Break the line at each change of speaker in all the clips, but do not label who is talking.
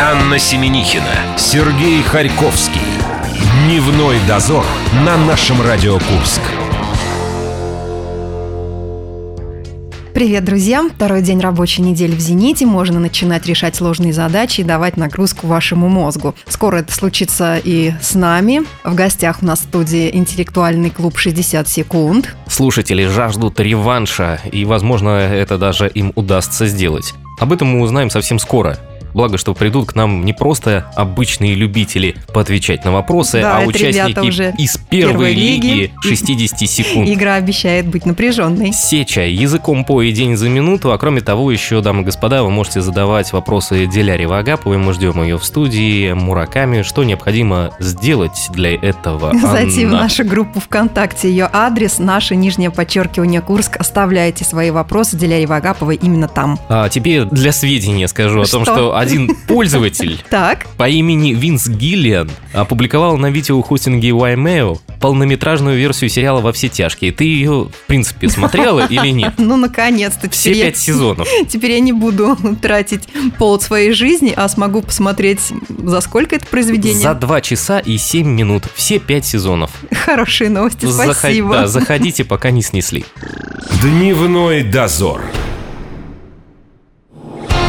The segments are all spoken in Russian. Анна Семенихина, Сергей Харьковский. Дневной дозор на нашем Радио Курск.
Привет, друзья! Второй день рабочей недели в «Зените». Можно начинать решать сложные задачи и давать нагрузку вашему мозгу. Скоро это случится и с нами. В гостях у нас в студии интеллектуальный клуб «60 секунд».
Слушатели жаждут реванша, и, возможно, это даже им удастся сделать. Об этом мы узнаем совсем скоро. Благо, что придут к нам не просто обычные любители поотвечать на вопросы,
Да,
а
это ребята
участники
уже
из первой
первой
лиги
лиги.
60 секунд.
Игра обещает быть напряженной.
Сеча языком по и день за минуту, а кроме того еще, дамы и господа, вы можете задавать вопросы Диляре Вагаповой, мы ждем ее в студии, Мураками, что необходимо сделать для этого,
Зайти в
Анна?
нашу группу ВКонтакте. Ее адрес – наше нижнее подчеркивание Курск. Оставляйте свои вопросы Диляре Вагаповой именно там.
А тебе для сведения скажу о том,
Что?
что один пользователь
Так,
по имени Винс Гиллиан опубликовал на видеохостинге Vimeo полнометражную версию сериала «Во все тяжкие». Ты ее, в принципе, смотрела или нет?
ну наконец-то.
Все
теперь я-
пять сезонов.
Теперь я не буду тратить пол своей жизни, а смогу посмотреть, за сколько это произведение.
За два часа и семь минут. Все пять сезонов.
Хорошие новости,
Заход-
спасибо.
да, заходите, пока не снесли.
Дневной дозор.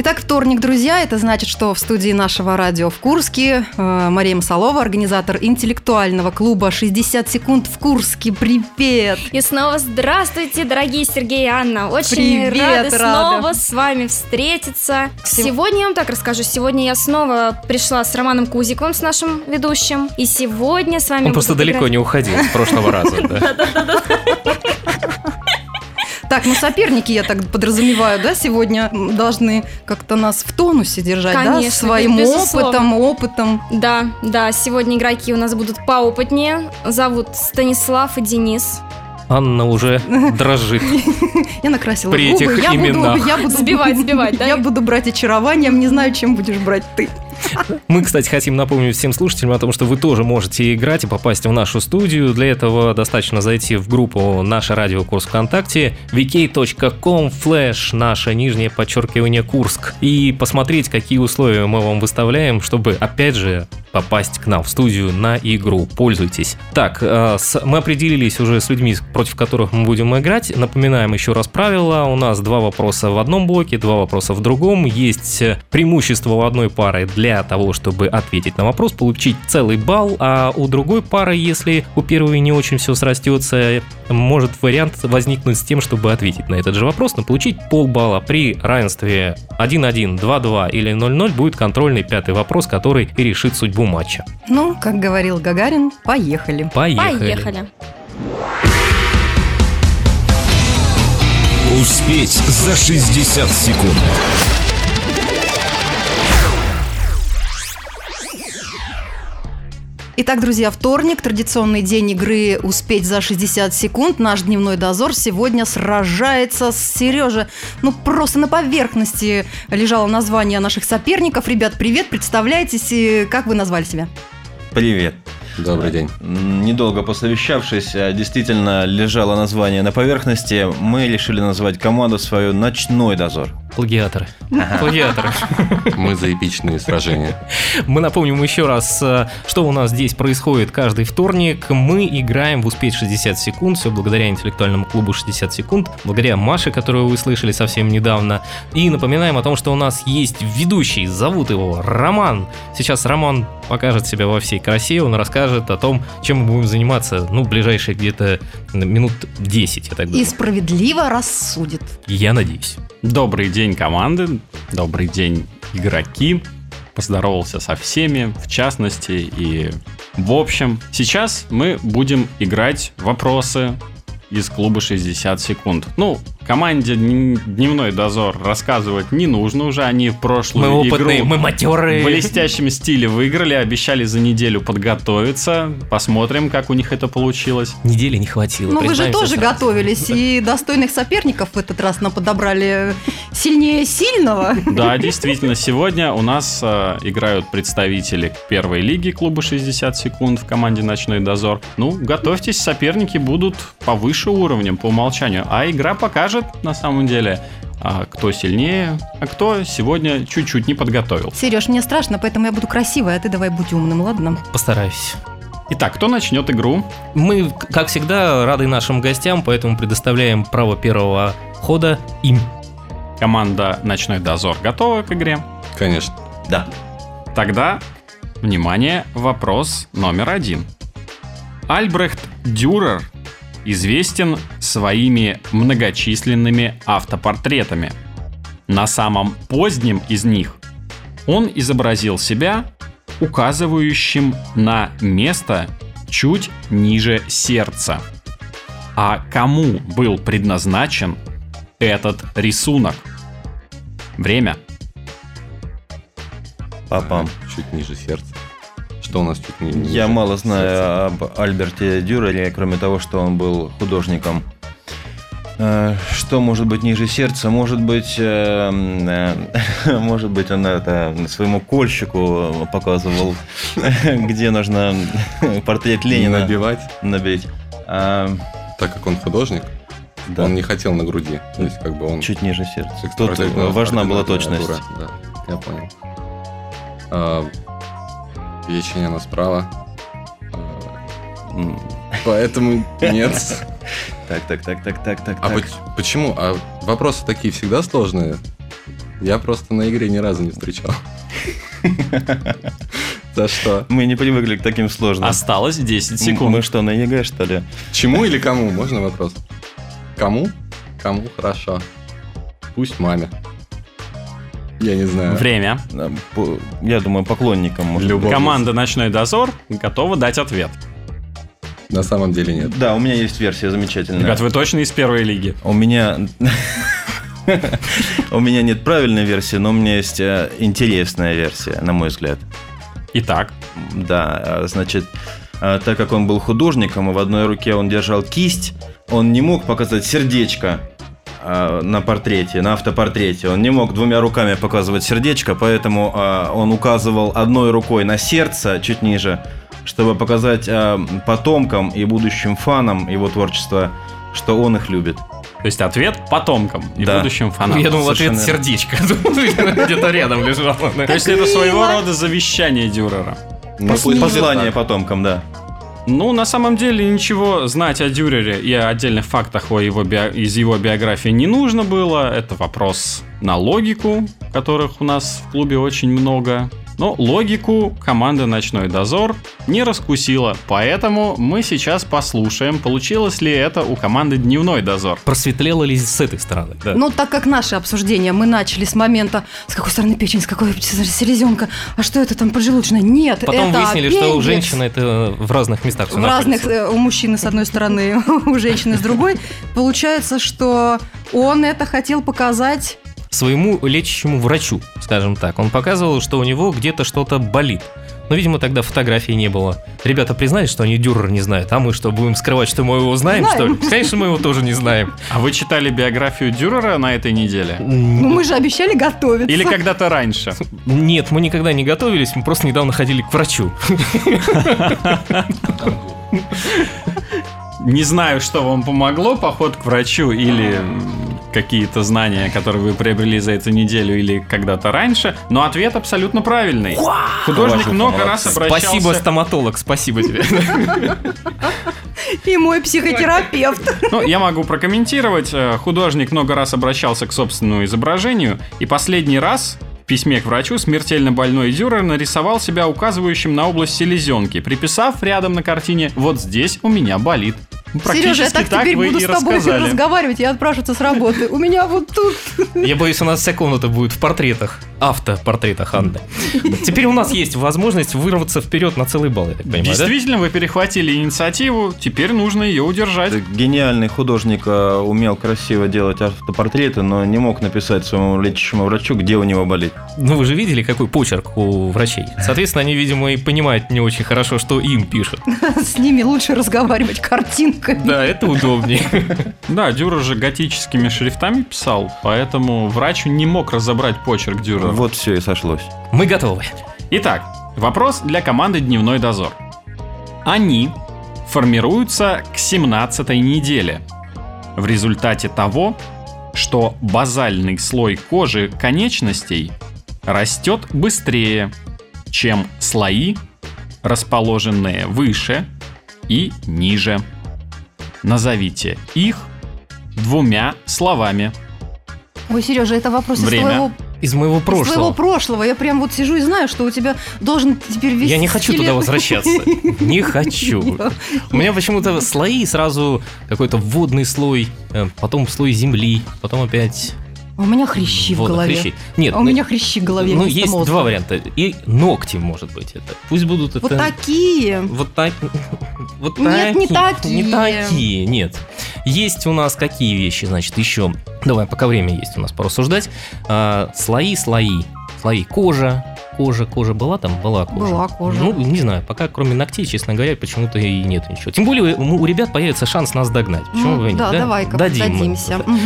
Итак, вторник, друзья. Это значит, что в студии нашего радио в Курске э, Мария Масалова, организатор интеллектуального клуба «60 секунд в Курске». Привет!
И снова здравствуйте, дорогие Сергей и Анна. Очень
Привет, рада.
рада снова с вами встретиться.
Сем-
Сегодня я вам так расскажу. Сегодня я снова пришла с Романом Кузиковым, с нашим ведущим. И сегодня с вами...
Он просто
буду
далеко
играть-
не уходил с прошлого раза. да.
Так, ну соперники, я так подразумеваю, да, сегодня м, должны как-то нас в тонусе держать, да?
Конечно,
Своим
без- безусловно.
опытом, опытом.
Да, да, сегодня игроки у нас будут поопытнее. Зовут Станислав и Денис.
Анна уже дрожит.
Я накрасила
При
губы,
этих
я
именах.
буду, я буду
Сбивать, сбивать, да?
Я буду брать очарованием, не знаю, чем будешь брать ты.
Мы, кстати, хотим напомнить всем слушателям о том, что вы тоже можете играть и попасть в нашу студию. Для этого достаточно зайти в группу «Наше радио Курск ВКонтакте» vk.com флэш «Наше нижнее подчеркивание Курск» и посмотреть, какие условия мы вам выставляем, чтобы, опять же, попасть к нам в студию на игру. Пользуйтесь. Так, э, с- мы определились уже с людьми, против которых мы будем играть. Напоминаем еще раз правила. У нас два вопроса в одном блоке, два вопроса в другом. Есть э, преимущество у одной пары для того, чтобы ответить на вопрос, получить целый балл, а у другой пары, если у первой не очень все срастется, может вариант возникнуть с тем, чтобы ответить на этот же вопрос, но получить полбалла при равенстве 1-1, 2-2 или 0-0 будет контрольный пятый вопрос, который и решит судьбу матча.
Ну, как говорил Гагарин, поехали.
Поехали.
Поехали.
Успеть за 60 секунд.
Итак, друзья, вторник, традиционный день игры «Успеть за 60 секунд». Наш дневной дозор сегодня сражается с Сережа. Ну, просто на поверхности лежало название наших соперников. Ребят, привет, представляйтесь, и как вы назвали себя?
Привет.
Добрый день.
М, Недолго посовещавшись, а, действительно лежало название на поверхности, мы решили назвать команду свою «Ночной дозор».
Плагиаторы. Плагиаторы.
Мы за эпичные сражения.
Мы напомним еще раз, э, что у нас здесь происходит каждый вторник. Мы играем в «Успеть 60 секунд». Все благодаря интеллектуальному клубу «60 секунд», благодаря Маше, которую вы слышали совсем недавно. И напоминаем о том, что у нас есть ведущий, зовут его Роман. Сейчас Роман покажет себя во всей красе, он расскажет о том, чем мы будем заниматься, ну, в ближайшие где-то минут 10, я так
И
думаю.
справедливо рассудит.
Я надеюсь.
Добрый день, команды. Добрый день, игроки. Поздоровался со всеми, в частности и в общем. Сейчас мы будем играть в вопросы из клуба 60 секунд. Ну, Команде дн- дневной дозор рассказывать не нужно уже. Они прошлую
Мы опытные,
игру
мы матерые.
в блестящем стиле выиграли, обещали за неделю подготовиться. Посмотрим, как у них это получилось.
Недели не хватило.
Ну, вы же
признаемся
тоже
сразу.
готовились, и достойных соперников в этот раз нам подобрали сильнее сильного.
Да, действительно, сегодня у нас э, играют представители первой лиги клуба 60 секунд в команде «Ночной дозор». Ну, готовьтесь, соперники будут повыше уровнем по умолчанию, а игра покажет, на самом деле, а, кто сильнее, а кто сегодня чуть-чуть не подготовился.
Сереж, мне страшно, поэтому я буду красивая, а ты давай будь умным, ладно?
Постараюсь.
Итак, кто начнет игру?
Мы, как всегда, рады нашим гостям, поэтому предоставляем право первого хода им.
Команда «Ночной дозор» готова к игре?
Конечно.
Да.
Тогда, внимание, вопрос номер один. Альбрехт Дюрер известен своими многочисленными автопортретами. На самом позднем из них он изобразил себя указывающим на место чуть ниже сердца. А кому был предназначен этот рисунок? Время.
Папам.
Чуть ниже сердца. Что у нас чуть ни- ниже?
Я мало
сердца?
знаю а, об Альберте Дюреле, кроме того, что он был художником. Э, Что может быть ниже сердца? Может быть, э, м, э, может быть, он это своему кольщику показывал, где нужно портрет Ленина
Набивать,
набить. А,
так как он художник,
да,
он не хотел на груди. То есть как бы он...
чуть ниже сердца. Тут э,
Экспортная
важна была
координатура,
точность.
Да, я понял. А, Печень, справа. А,
М,
Поэтому нет.
Так, так, так, так, так, так.
А
так.
поч- почему? А вопросы такие всегда сложные. Я просто на игре ни разу не встречал. За что?
Мы не привыкли к таким
А
сложным.
Осталось 10
М,
секунд.
Мы что, на ЕГЭ, что ли?
Чему или кому? Можно вопрос? Кому? Кому хорошо. Пусть маме. Я не знаю.
Время.
Э, по- Я думаю, поклонникам, может
Любовь.
Команда «Ночной дозор» готова дать ответ.
На самом деле нет.
Да, у меня есть версия замечательная.
Ребят, вы точно из первой лиги.
У меня... У меня нет правильной версии, но у меня есть э, интересная версия, на мой взгляд.
Итак,
Да, э, значит, э, так как он был художником, и в одной руке он держал кисть, он не мог показать сердечко э, на портрете, на автопортрете. Он не мог двумя руками показывать сердечко, поэтому э, он указывал одной рукой на сердце, чуть ниже, чтобы показать э, потомкам и будущим фанам его творчества, что он их любит.
то есть ответ потомкам и
Да.
будущим
Ну,
фанатам.
я думал,
совершенно
ответ сердечко. Где-то рядом лежало.
То есть это своего рода завещание Дюрера.
Ну, пусть
Послание
так.
потомкам, да.
Ну, на самом деле, ничего знать о Дюрере и о отдельных фактах о его био- из его биографии не нужно было. Это вопрос на логику, которых у нас в клубе очень много. Но логику команда «Ночной дозор» не раскусила, поэтому мы сейчас послушаем, получилось ли это у команды «Дневной дозор».
Просветлело ли с этой стороны? Да.
Ну, так как наши обсуждения мы начали с момента, с какой стороны печень, с какой селезенка, а что это там поджелудочная? Нет,
Потом
это
выяснили, что у
аппендикс.
женщины это в разных местах все
В разных, э, у мужчины с одной стороны, у женщины с другой. Получается, что он это хотел показать.
своему лечащему врачу, скажем так. Он показывал, что у него где-то что-то болит. Но, видимо, тогда фотографий не было. Ребята признались, что они Дюрера не знают. А мы что, будем скрывать, что мы его знаем,
Знаем.
что ли? Конечно, мы его тоже не знаем.
А вы читали биографию Дюрера на этой неделе?
Ну, мы же обещали готовиться.
Или когда-то раньше?
Нет, мы никогда не готовились, мы просто недавно ходили к врачу.
Не знаю, что вам помогло, поход к врачу или м, какие-то знания, которые вы приобрели за эту неделю или когда-то раньше, но ответ абсолютно правильный. Художник
Ваши
много раз
молодцы.
обращался...
Спасибо, стоматолог, спасибо тебе.
И мой психотерапевт.
Ну, я могу прокомментировать. Э, Художник много раз обращался к собственному изображению, и последний раз в письме к врачу смертельно больной Дюрер нарисовал себя указывающим на область селезенки, приписав рядом на картине «Вот здесь у меня болит». Ну,
Сережа, я
практически
так, теперь
вы
буду
и
с тобой
рассказали.
разговаривать и отпрашиваться с работы. У меня вот тут.
Я боюсь, у нас вся комната будет в портретах. Автопортретах Анны. Теперь у нас есть возможность вырваться вперед на целый балл, я так понимаю, да?
Действительно, вы перехватили инициативу, теперь нужно ее удержать.
Этот Гениальный художник э, умел красиво делать автопортреты, но не мог написать своему лечащему врачу, где у него болит.
Ну, вы же видели, какой почерк у врачей. Соответственно, они, видимо, и понимают не очень хорошо, что им пишут.
С ними лучше разговаривать картинками.
Да, это удобнее.
Да, Дюра же готическими шрифтами писал, поэтому врач не мог разобрать почерк Дюра.
Вот все и сошлось.
Мы готовы.
Итак, вопрос для команды «Дневной дозор». Они формируются к 17 неделе в результате того, что базальный слой кожи конечностей растет быстрее, чем слои, расположенные выше и ниже. Назовите их двумя словами.
Ой, Сережа, это вопрос из
Время.
твоего,
Из моего
из твоего
прошлого.
прошлого. Я прям вот сижу и знаю, что у тебя должен теперь весь
Я не хочу
скелет.
туда возвращаться. Не хочу.
Нет.
У меня почему-то слои сразу какой-то водный слой, э, потом слой земли, потом опять
А У меня хрящи в
вода,
голове.
хрящи. Нет,
А у
ну,
меня хрящи в голове
Ну,
вместо
есть
мозга.
два варианта. И ногти, может быть, это. Пусть будут
Вот
это...
такие.
Вот так. Вот
Нет, не
Не
такие.
такие, нет. Есть у нас какие вещи, значит, еще. Давай, пока время есть у нас порассуждать. А, слои, слои. Слои кожа. Кожа, кожа была там? Была кожа.
Была кожа.
Ну, не знаю, пока кроме ногтей, честно говоря, почему-то и нет ничего. Тем более у у ребят появится шанс нас догнать. Почему
Ну,
бы и нет,
да, давай-ка,
Дадим мы.
дадимся. Мгм.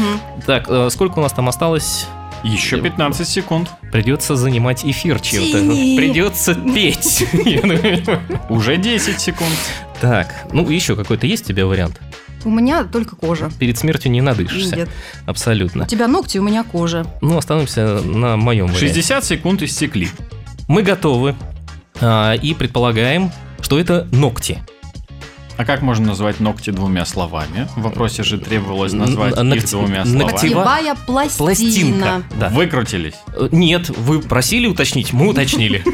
Так, э, сколько у нас там осталось?
Еще 15 секунд.
Придется занимать эфир чем-то.
Тяни.
Придется петь. Я думаю.
Уже 10 секунд.
Так, ну еще какой-то есть у тебя вариант?
У меня только кожа.
Перед смертью не надышишься.
Нет. У
Абсолютно.
тебя ногти, у меня кожа.
Ну, остановимся на моем варианте.
60 секунд истекли.
Мы готовы а, и предполагаем, что это ногти.
А как можно назвать ногти двумя словами? В вопросе же требовалось назвать
Н-
их
ногти-
двумя
ногти-
словами.
Пивая пластина.
Пластинка. Да.
Выкрутились.
Э, Нет, вы просили уточнить, мы уточнили.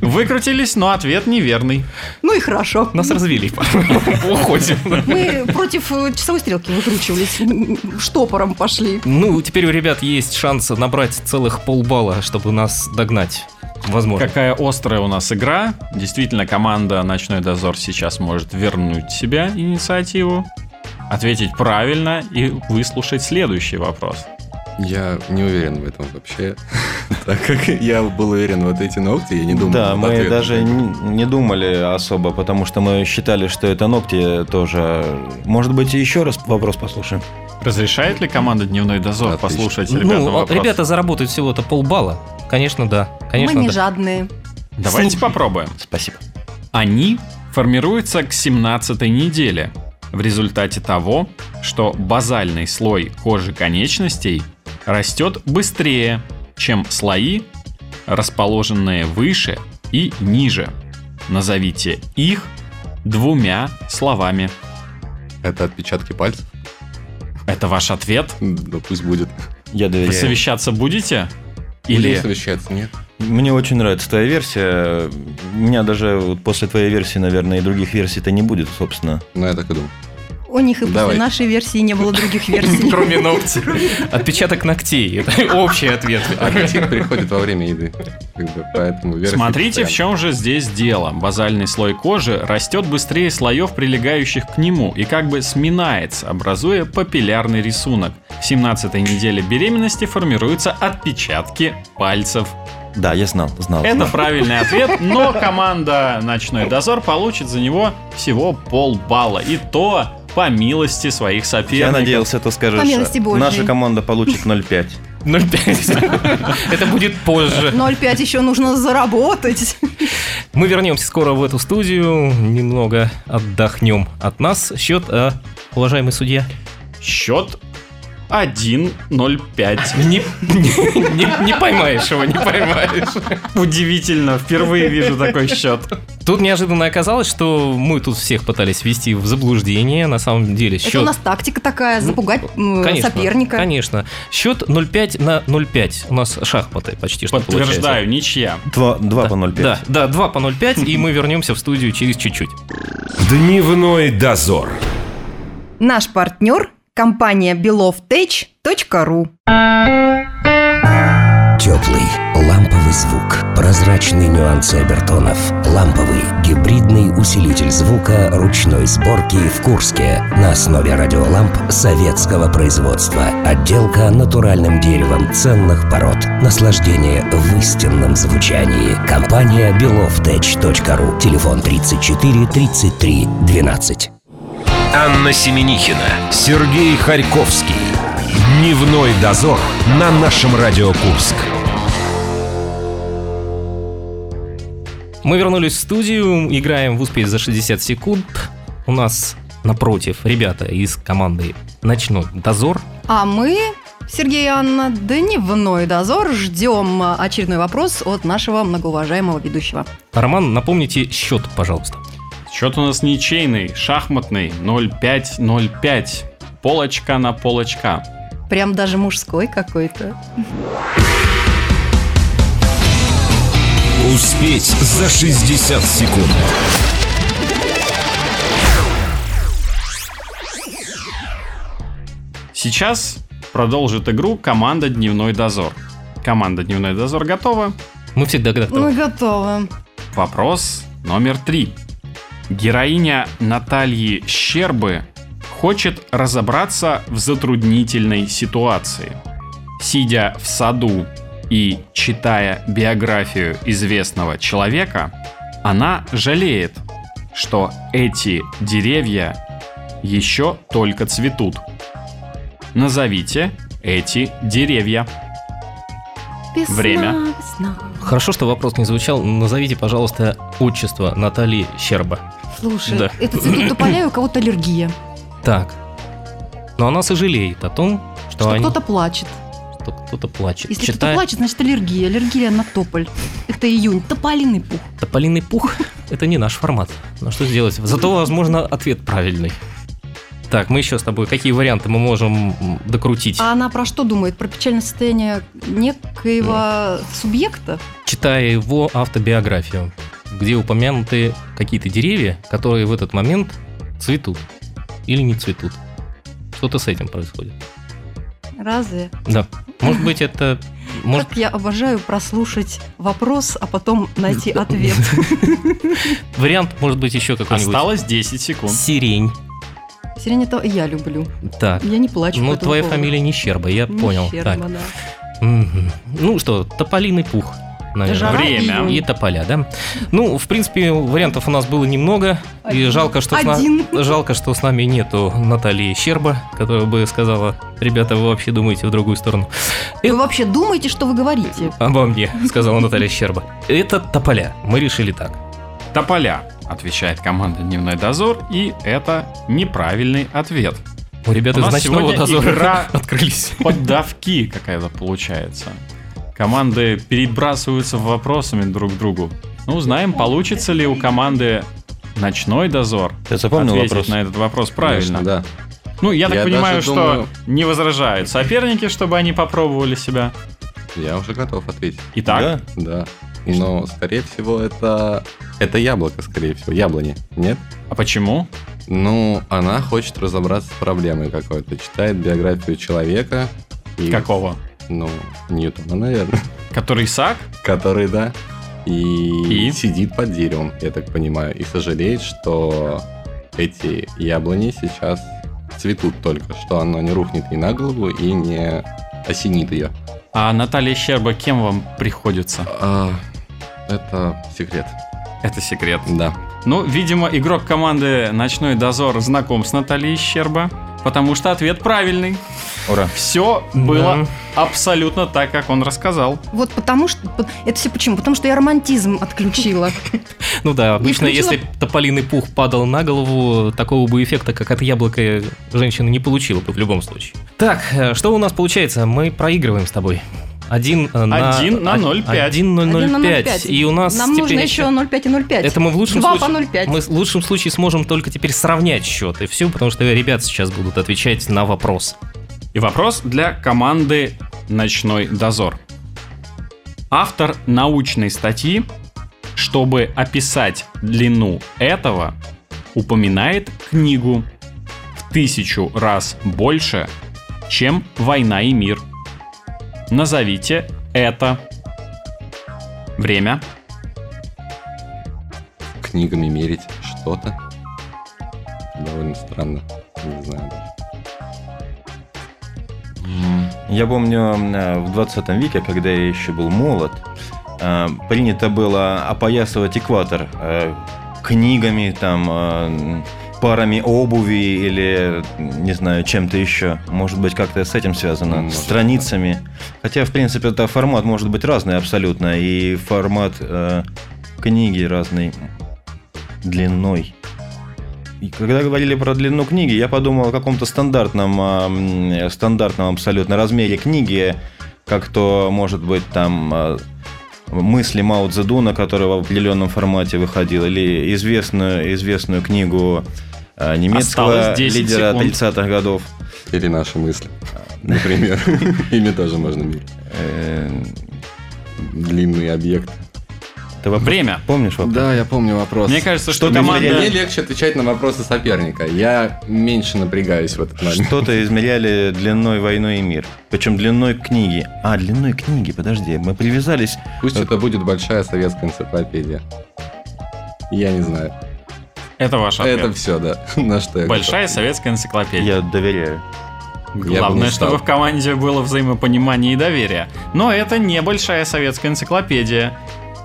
Выкрутились, но ответ неверный.
Ну и хорошо.
Нас развели. Уходим.
Мы против э, часовой стрелки выкручивались. М, Штопором пошли.
Ну, теперь у ребят есть шанс набрать целых полбалла, чтобы нас догнать. Возможно.
Какая острая у нас игра. Действительно, команда «Ночной дозор» сейчас может вернуть себя инициативу, ответить правильно и выслушать следующий вопрос.
Я не уверен в этом вообще. Так как я был уверен в эти ногти, я не думал.
да,
над
мы
ответом.
даже не, не думали особо, потому что мы считали, что это ногти тоже. Может быть, еще раз вопрос послушаем?
Разрешает ли команда «Дневной дозор»
Отлично.
послушать ребятам
Ну, а,
вопрос?
ребята заработают всего-то полбалла. Конечно, да. Конечно,
Мы не
да.
жадные.
Давайте попробуем.
Спасибо.
Они формируются к 17 неделе в результате того, что базальный слой кожи конечностей растет быстрее, чем слои, расположенные выше и ниже. Назовите их двумя словами.
Это отпечатки пальцев.
Это ваш ответ?
Да пусть будет.
Я
Вы
доверяю.
совещаться будете?
Будем
Или...
совещаться, нет?
Мне очень нравится твоя версия. У меня даже вот после твоей версии, наверное, и других версий-то не будет, собственно.
Ну, я так и думал.
У них и после
Давай.
нашей версии не было других версий.
Кроме ногтей. Отпечаток ногтей. Это общий ответ.
Аппетит приходит во время еды. Как бы, поэтому версия
Смотрите, в
постоянно.
чем же здесь дело. Базальный слой кожи растет быстрее слоев, прилегающих к нему, и как бы сминается, образуя папиллярный рисунок. В 17 неделе беременности формируются отпечатки пальцев.
Да, я знал, знал.
Э,
Это
ну,
знал.
правильный ответ, но команда «Ночной дозор» получит за него всего полбалла. И то по милости своих
Я
соперников.
надеялся, ты скажешь. э,
По милости Божьей.
Наша команда получит 0,5.
0,5. Ну, Это будет позже.
0,5 еще нужно заработать.
Мы вернемся скоро в эту студию, немного отдохнем от нас. Счет, э, уважаемый судья.
Счет 1-0-5.
Не, не- не поймаешь его, не поймаешь.
Удивительно, впервые вижу такой счет.
Тут неожиданно оказалось, что мы тут всех пытались ввести в заблуждение. На самом деле счет...
Это
Ну,
у нас тактика такая, запугать м,
Конечно,
соперника.
Конечно. Счет 0,5 на 0,5. У нас шахматы почти что
Подтверждаю, ничья.
Два, два по
получается.
0,5.
Да, да, 2 по 0,5, и мы вернемся в студию через чуть-чуть.
Дневной дозор.
Наш партнер – компания belovtech.ru.
Теплый, ламповый звук. Прозрачные нюансы обертонов. Ламповый, гибридный усилитель звука ручной сборки в Курске. На основе радиоламп советского производства. Отделка натуральным деревом ценных пород. Наслаждение в истинном звучании. Компания belovtech.ru. Телефон 34 33 12.
Анна Семенихина, Сергей Харьковский. Дневной дозор на нашем Радио Курск.
Мы вернулись в студию, играем в «Успеть за 60 секунд». У нас напротив ребята из команды «Ночной дозор».
А мы, Сергей и Анна, дневной дозор, ждем очередной вопрос от нашего многоуважаемого ведущего.
Роман, напомните счет, пожалуйста.
Счет у нас ничейный, шахматный, 0-5-0-5. Полочка на полочка.
Прям даже мужской какой-то.
Успеть за 60 секунд.
Сейчас продолжит игру команда Дневной Дозор. Команда Дневной Дозор готова.
Мы всегда готовы.
Ну, готово.
Вопрос номер три. Героиня Натальи Щербы хочет разобраться в затруднительной ситуации. Сидя в саду и читая биографию известного человека, она жалеет, что эти деревья еще только цветут. Назовите эти деревья.
Весна,
Время.
весна.
Хорошо, что вопрос не звучал. Назовите, пожалуйста, отчество Натальи Щерба.
Слушай,
Да.
это цветут тополя, и у кого-то аллергия.
Так. Но она сожалеет о том, что,
Что
они-
кто-то плачет.
что кто-то плачет.
Если кто-то
Читает
плачет, значит аллергия. Аллергия на тополь. Это июнь. Тополиный пух.
тополиный пух. Это не наш формат. Но что сделать? Зато, возможно, ответ правильный. Так, мы еще с тобой. Какие варианты мы можем м, докрутить?
А она про что думает? Про печальное состояние некоего субъекта?
Читая его автобиографию, где упомянуты какие-то деревья, которые в этот момент цветут или не цветут. Что-то с этим происходит.
Разве?
Да. Может быть, это... Может,
Как я обожаю прослушать вопрос, а потом найти ответ.
вариант может быть еще какой-нибудь.
Осталось 10 секунд.
Сирень.
Сирень это я люблю.
Так.
Я не плачу. по
Ну,
этому
твоя
поводу.
фамилия не Щерба, я
Не
понял.
Щерба,
Так.
да.
Мгм. Ну что, тополиный пух. наверное.
Жара
Время.
И
июнь.
тополя, да? Ну, в принципе, вариантов у нас было немного. И
Один.
жалко что, с на-
Один.
жалко, что с нами нету Натальи Щерба, которая бы сказала, ребята, вы вообще думаете в другую сторону.
Вы вообще думаете, что вы говорите?
Обо мне, сказала Наталья Щерба. Это тополя. Мы решили так.
Тополя, отвечает команда Дневной Дозор, и это неправильный ответ.
У ребят
У
из
нас
ночного
сегодня
дозора
игра-
открылись.
Поддавки какая-то получается. Команды перебрасываются вопросами друг к другу. Ну, узнаем, получится ли у команды Ночной дозор
Ты запомнил
ответить
вопрос?
на этот вопрос правильно.
Конечно, да.
Ну, я так
Я
понимаю,
даже
что
думаю-
не возражают соперники, чтобы они попробовали себя.
Я уже готов ответить.
Итак,
Да?
Да. Но, скорее всего, это... Это яблоко, скорее всего. Яблони. Нет?
а почему?
Ну, она хочет разобраться с проблемой какой-то. Читает биографию человека. И,
Какого?
Ну, Ньютона, наверное.
Который Исаак?
Который, да. И,
И?
сидит под деревом, я так понимаю. И сожалеет, что эти яблони сейчас цветут только, что оно не рухнет ей на голову и не осенит ее.
А Наталья Щерба кем вам приходится?
А, это секрет.
Это секрет.
Да.
Ну, видимо, игрок команды «Ночной дозор» знаком с Натальей Щерба, потому что ответ правильный.
Ура.
Все было абсолютно так, как он рассказал.
Вот потому что... Это все почему? Потому что я романтизм отключила.
Ну да, обычно,
включила-
если тополиный пух падал на голову, такого бы эффекта, как от яблока, женщина не получила бы в любом случае. Так, э, что у нас получается? Мы проигрываем с тобой. Один э, на...
Один на
од-
0,5.
один на
1 на
0,5. И у нас
Нам
теперь
нужно еще
ещё-
0,5 и 0,5.
Это мы в лучшем
2 по 0,5.
случае... Мы в лучшем случае сможем только теперь сравнять счет и все, потому что ребят сейчас будут отвечать на вопрос.
И вопрос для команды «Ночной дозор». Автор научной статьи, чтобы описать длину этого, упоминает книгу в тысячу раз больше, чем «Война и мир». Назовите это. Время.
Книгами мерить что-то. Довольно странно. Не знаю даже.
Я помню э, в 20 веке, когда я еще был молод, э, принято было опоясывать экватор э, книгами, там, э, парами обуви или, не знаю, чем-то еще. Может быть, как-то с этим связано,
Может,
страницами. Хотя, в принципе, это формат может быть разный абсолютно, и формат э, книги разный длиной. И когда говорили про длину книги, я подумал о каком-то стандартном, а, м, стандартном абсолютно размере книги, как то, может быть, там а, мысли Мао Цзэдуна, которая в определенном формате выходила, или известную, известную книгу а, немецкого
Осталось 10
лидера
секунд.
30-х годов.
Или наши мысли, например. Ими тоже можно мерить.
Э,
Длинный объект.
ты вопрос-
Время.
Помнишь вопрос?
Да, я помню вопрос.
Мне кажется, что,
Что ты
команда...
измеряешь?
Мне легче отвечать на вопросы соперника. Я меньше напрягаюсь в этот момент.
Что-то измеряли длиной войну и мир. Причем длиной книги. А, длиной книги, подожди. Мы привязались
Пусть это будет большая советская энциклопедия. Я не знаю.
Это ваш ответ.
Это все, да. На что я
Большая
готов.
советская энциклопедия.
Я доверяю.
Я бы
Главное,
не стал.
чтобы в команде было взаимопонимание и доверие. Но это не большая советская энциклопедия.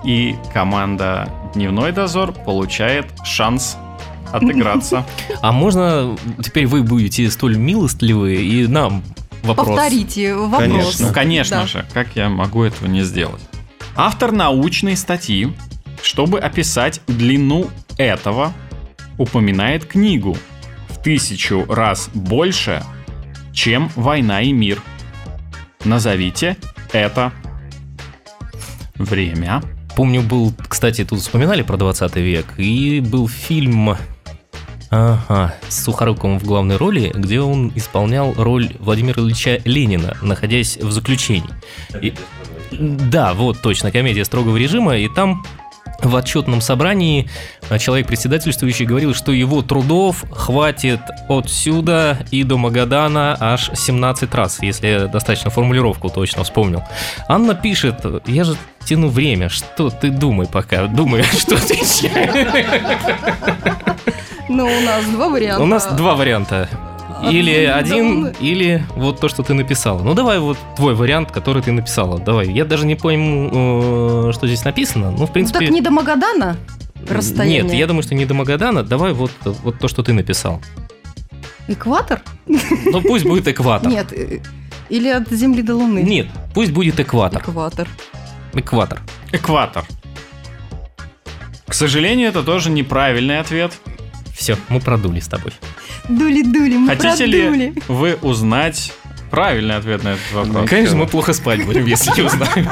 И команда Дневной дозор получает шанс отыграться.
А можно теперь вы будете столь милостливы и нам вопрос?
Повторите вопрос.
Конечно.
Ну, конечно
Да.
же, как я могу этого не сделать? Автор научной статьи, чтобы описать длину этого, упоминает книгу в тысячу раз больше, чем «Война и мир». Назовите это время.
Помню, был, кстати, тут вспоминали про 20 век, и был фильм ага, с Сухоруковым в главной роли, где он исполнял роль Владимира Ильича Ленина, находясь в заключении. И- да, вот точно, комедия строгого режима, и там в отчетном собрании а, человек председательствующий говорил, что его трудов хватит отсюда и до Магадана аж 17 раз, если я достаточно формулировку точно вспомнил. Анна пишет, я же тяну время, что ты думай пока, думай, что отвечаешь.
Ну, у нас два варианта. Ну,
У нас два варианта.
А,
Или
Одну,
один,
да.
или вот то, что ты написала. Ну давай вот твой вариант, который ты написала. Давай. Я даже не пойму, э, что здесь написано. Ну, в
Ну, так
принципе...
не до Магадана расстояние?
Нет, я думаю, что не до Магадана. Давай вот, э, вот то, что ты написал.
Экватор?
Ну пусть будет экватор.
Нет. э, Или от Земли до Луны?
Нет, пусть будет экватор.
Экватор.
Экватор.
Экватор. К сожалению, это тоже неправильный ответ.
Все, мы продули с тобой.
Дули-дули, мы
Хотите
продули.
ли вы узнать правильный ответ на этот вопрос?
Ну, Конечно, мы плохо спать будем, если не узнаем.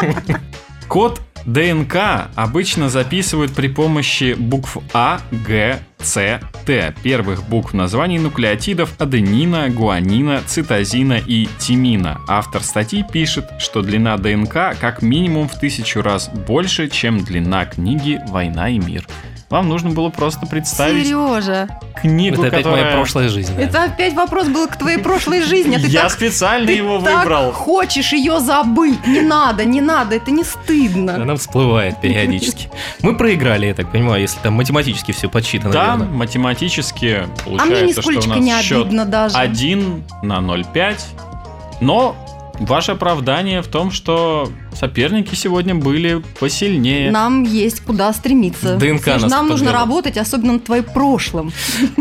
Код ДНК обычно записывают при помощи букв А, Г, С, Т, первых букв названий нуклеотидов аденина, гуанина, цитозина и тимина. Автор статьи пишет, что длина ДНК как минимум в тысячу раз больше, чем длина книги «Война и мир». Вам нужно было просто представить
Сережа,
книгу,
Это опять
которая...
моя прошлая жизнь.
это опять вопрос был к твоей прошлой жизни. а ты
Я
так-
специально
ты
его
так
выбрал.
хочешь ее забыть. Не надо, не надо, это не стыдно.
Она всплывает периодически. Мы проиграли, я так понимаю, если там математически все подсчитано.
Да,
верно.
математически
А мне
получается, что у
нисколько не
нас счет
обидно даже.
1 на 0,5. Но ваше оправдание в том, что соперники сегодня были посильнее.
Нам есть куда стремиться.
ДНК
Серёж,
нас
нам нужно
подвела.
работать, особенно над твоим прошлым.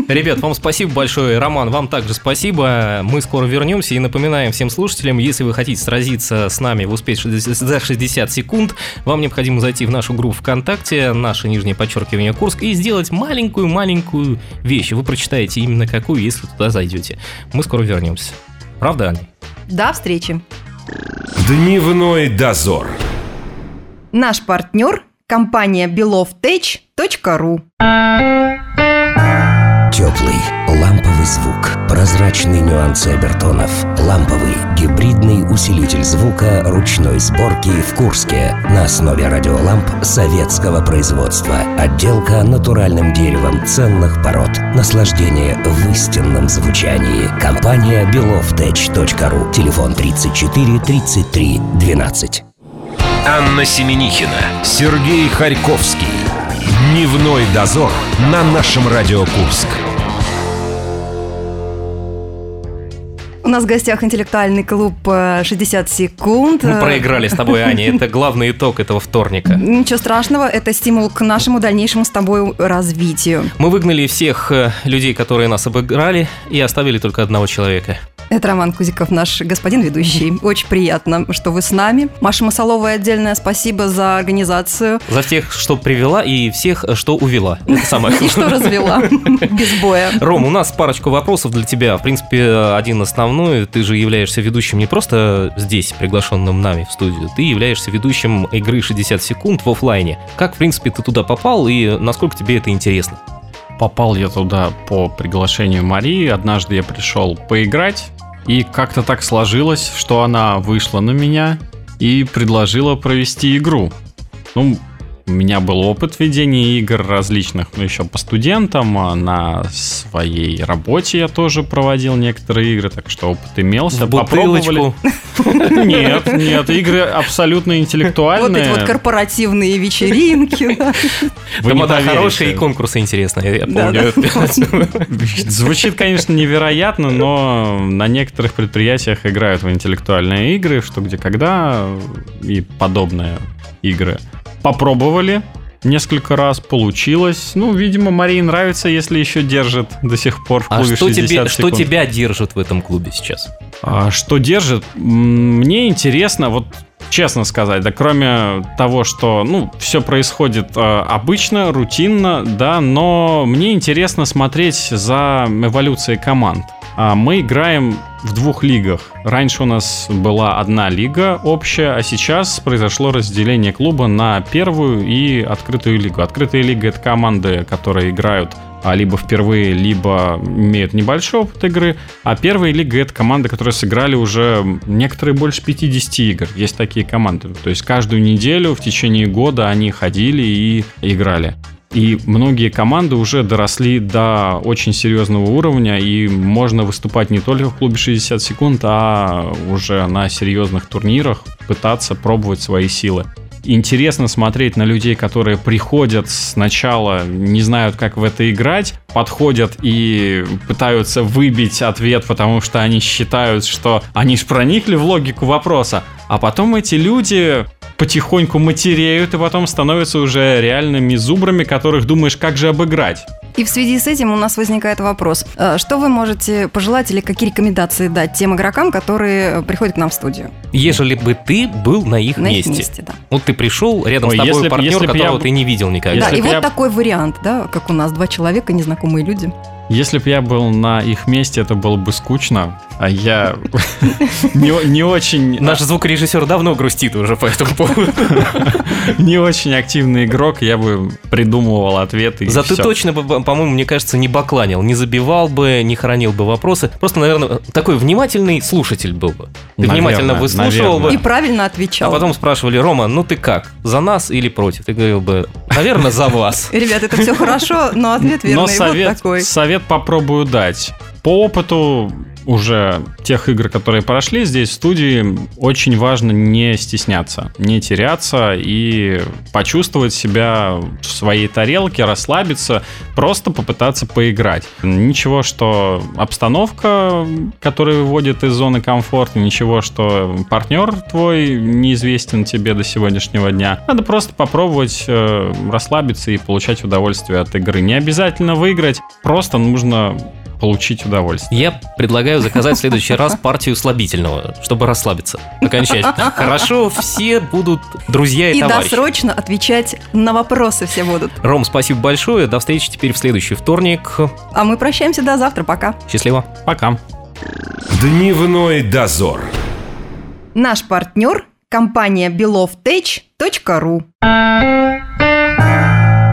Ребят, вам спасибо большое. Роман, вам также спасибо. Мы скоро вернемся и напоминаем всем слушателям, если вы хотите сразиться с нами в «Успеть 60 за 60 секунд», вам необходимо зайти в нашу группу ВКонтакте, наше нижнее подчеркивание Курск, и сделать маленькую-маленькую вещь. Вы прочитаете именно какую, если туда зайдете. Мы скоро вернемся. Правда, Аня?
До встречи.
Дневной дозор.
Наш партнер – компания belovtech.ru.
Теплый ламповый звук. Прозрачный прозрачные нюансы обертонов. Ламповый гибридный усилитель звука ручной сборки в Курске на основе радиоламп советского производства. Отделка натуральным деревом ценных пород. Наслаждение в истинном звучании. Компания beloftech.ru. Телефон 34 33 12.
Анна Семенихина, Сергей Харьковский. Дневной дозор на нашем Радио Курск.
У нас в гостях интеллектуальный клуб э, 60 секунд. Э,
Мы проиграли с тобой, Аня. Это главный итог этого вторника.
Ничего страшного, это стимул к нашему дальнейшему с тобой развитию.
Мы выгнали всех э, людей, которые нас обыграли, и оставили только одного человека.
Это Роман Кузиков, наш господин ведущий. Очень приятно, что вы с нами. Маша Масалова, отдельное спасибо за организацию.
За всех, что привела, и всех, э, что увела. Это самое
И что
главное.
развела без боя.
Ром, у нас парочку вопросов для тебя. В принципе, э, один основной. Ты же являешься ведущим не просто здесь, приглашенным нами в студию. Ты являешься ведущим игры 60 секунд в оффлайне. Как, в принципе, ты туда попал и насколько тебе это интересно?
Попал я туда по приглашению Марии. Однажды я пришел поиграть, и как-то так сложилось, что она вышла на меня и предложила провести игру. Ну, у меня был опыт ведения игр различных, ну еще по студентам, а на своей работе я тоже проводил некоторые игры, так что опыт имелся.
В бутылочку.
Ну, Попробовали. Нет, нет, игры абсолютно интеллектуальные.
Вот эти вот корпоративные вечеринки. да.
Вы не
Тамада
поверите.
хорошая и конкурсы интересные, я
Да,
помню.
Звучит, конечно, невероятно, но на некоторых предприятиях играют в интеллектуальные игры, что где когда и подобные игры. Попробовали несколько раз, получилось. Ну, видимо, Марии нравится, если еще держит до сих пор в
А
клубе
что,
60
тебе, что
секунд.
тебя держит в этом клубе сейчас?
А, Что держит? М, Мне интересно, вот честно сказать, да кроме того, что, ну, все происходит э, обычно, рутинно, да, но мне интересно смотреть за эволюцией команд. А Мы играем в двух лигах. Раньше у нас была одна лига общая, а сейчас произошло разделение клуба на первую и открытую лигу. Открытая лига — это команды, которые играют а, либо впервые, либо имеют небольшой опыт игры. А первая лига — это команды, которые сыграли уже некоторые больше 50 игр. Есть такие команды. То есть каждую неделю в течение года они ходили и играли. И многие команды уже доросли до очень серьезного уровня, и можно выступать не только в клубе 60 секунд, а уже на серьезных турнирах, пытаться пробовать свои силы. Интересно смотреть на людей, которые приходят сначала, не знают, как в это играть, подходят и пытаются выбить ответ, потому что они считают, что они ж проникли в логику вопроса. А потом эти люди потихоньку матереют и потом становятся уже реальными зубрами, которых думаешь, как же обыграть.
И в связи с этим у нас возникает вопрос. Э, Что вы можете пожелать или какие рекомендации дать тем игрокам, которые э, приходят к нам в студию?
Ежели бы ты был на их
На их
месте.
месте, да.
Вот ты пришел, рядом
Ой,
с тобой
если б-
партнер,
если б я
которого
б-
ты не видел никогда.
Да,
Если
и
бы
вот
я-
такой вариант, да, как у нас два человека, незнакомые люди.
Если бы я был на их месте, это было бы скучно, а я не не очень...
Наш звукорежиссер давно грустит уже по этому поводу.
не очень активный игрок, я бы придумывал ответы. и
Зато ты
всё.
точно бы, по-моему, мне кажется, не бакланил, не забивал бы, не хранил бы вопросы. Просто, наверное, такой внимательный слушатель был бы. Ты
Наверное,
внимательно выслушивал
наверное.
И
бы.
правильно
А
отвечал.
потом спрашивали, Рома, ну ты как, за нас или против? Ты говорил бы, наверное, за вас.
Ребят, это все хорошо, но ответ верный.
Но
Вот
совет,
такой.
совет попробую дать. По опыту уже тех игр, которые прошли здесь в студии, очень важно не стесняться, не теряться и почувствовать себя в своей тарелке, расслабиться, просто попытаться поиграть. Ничего, что обстановка, которая выводит из зоны комфорта, ничего, что партнер твой неизвестен тебе до сегодняшнего дня. Надо просто попробовать э, расслабиться и получать удовольствие от игры. Не обязательно выиграть, просто нужно получить удовольствие.
Я предлагаю заказать в следующий раз партию слабительного, чтобы расслабиться окончательно. Хорошо, все будут друзья и,
И
товарищи.
досрочно отвечать на вопросы все будут.
Ром, спасибо большое. До встречи теперь в следующий вторник.
А мы прощаемся до завтра. Пока.
Счастливо.
Пока.
Дневной дозор.
Наш партнер – компания beloftech.ru.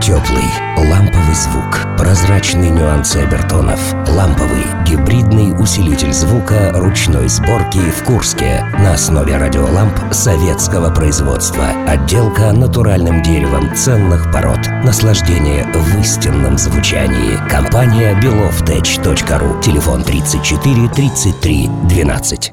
Теплый ламповый красивый звук, прозрачные нюансы обертонов, ламповый гибридный усилитель звука ручной сборки в Курске на основе радиоламп советского производства. Отделка натуральным деревом ценных пород. Наслаждение в истинном звучании. Компания beloftech.ru. Телефон 34 33 12.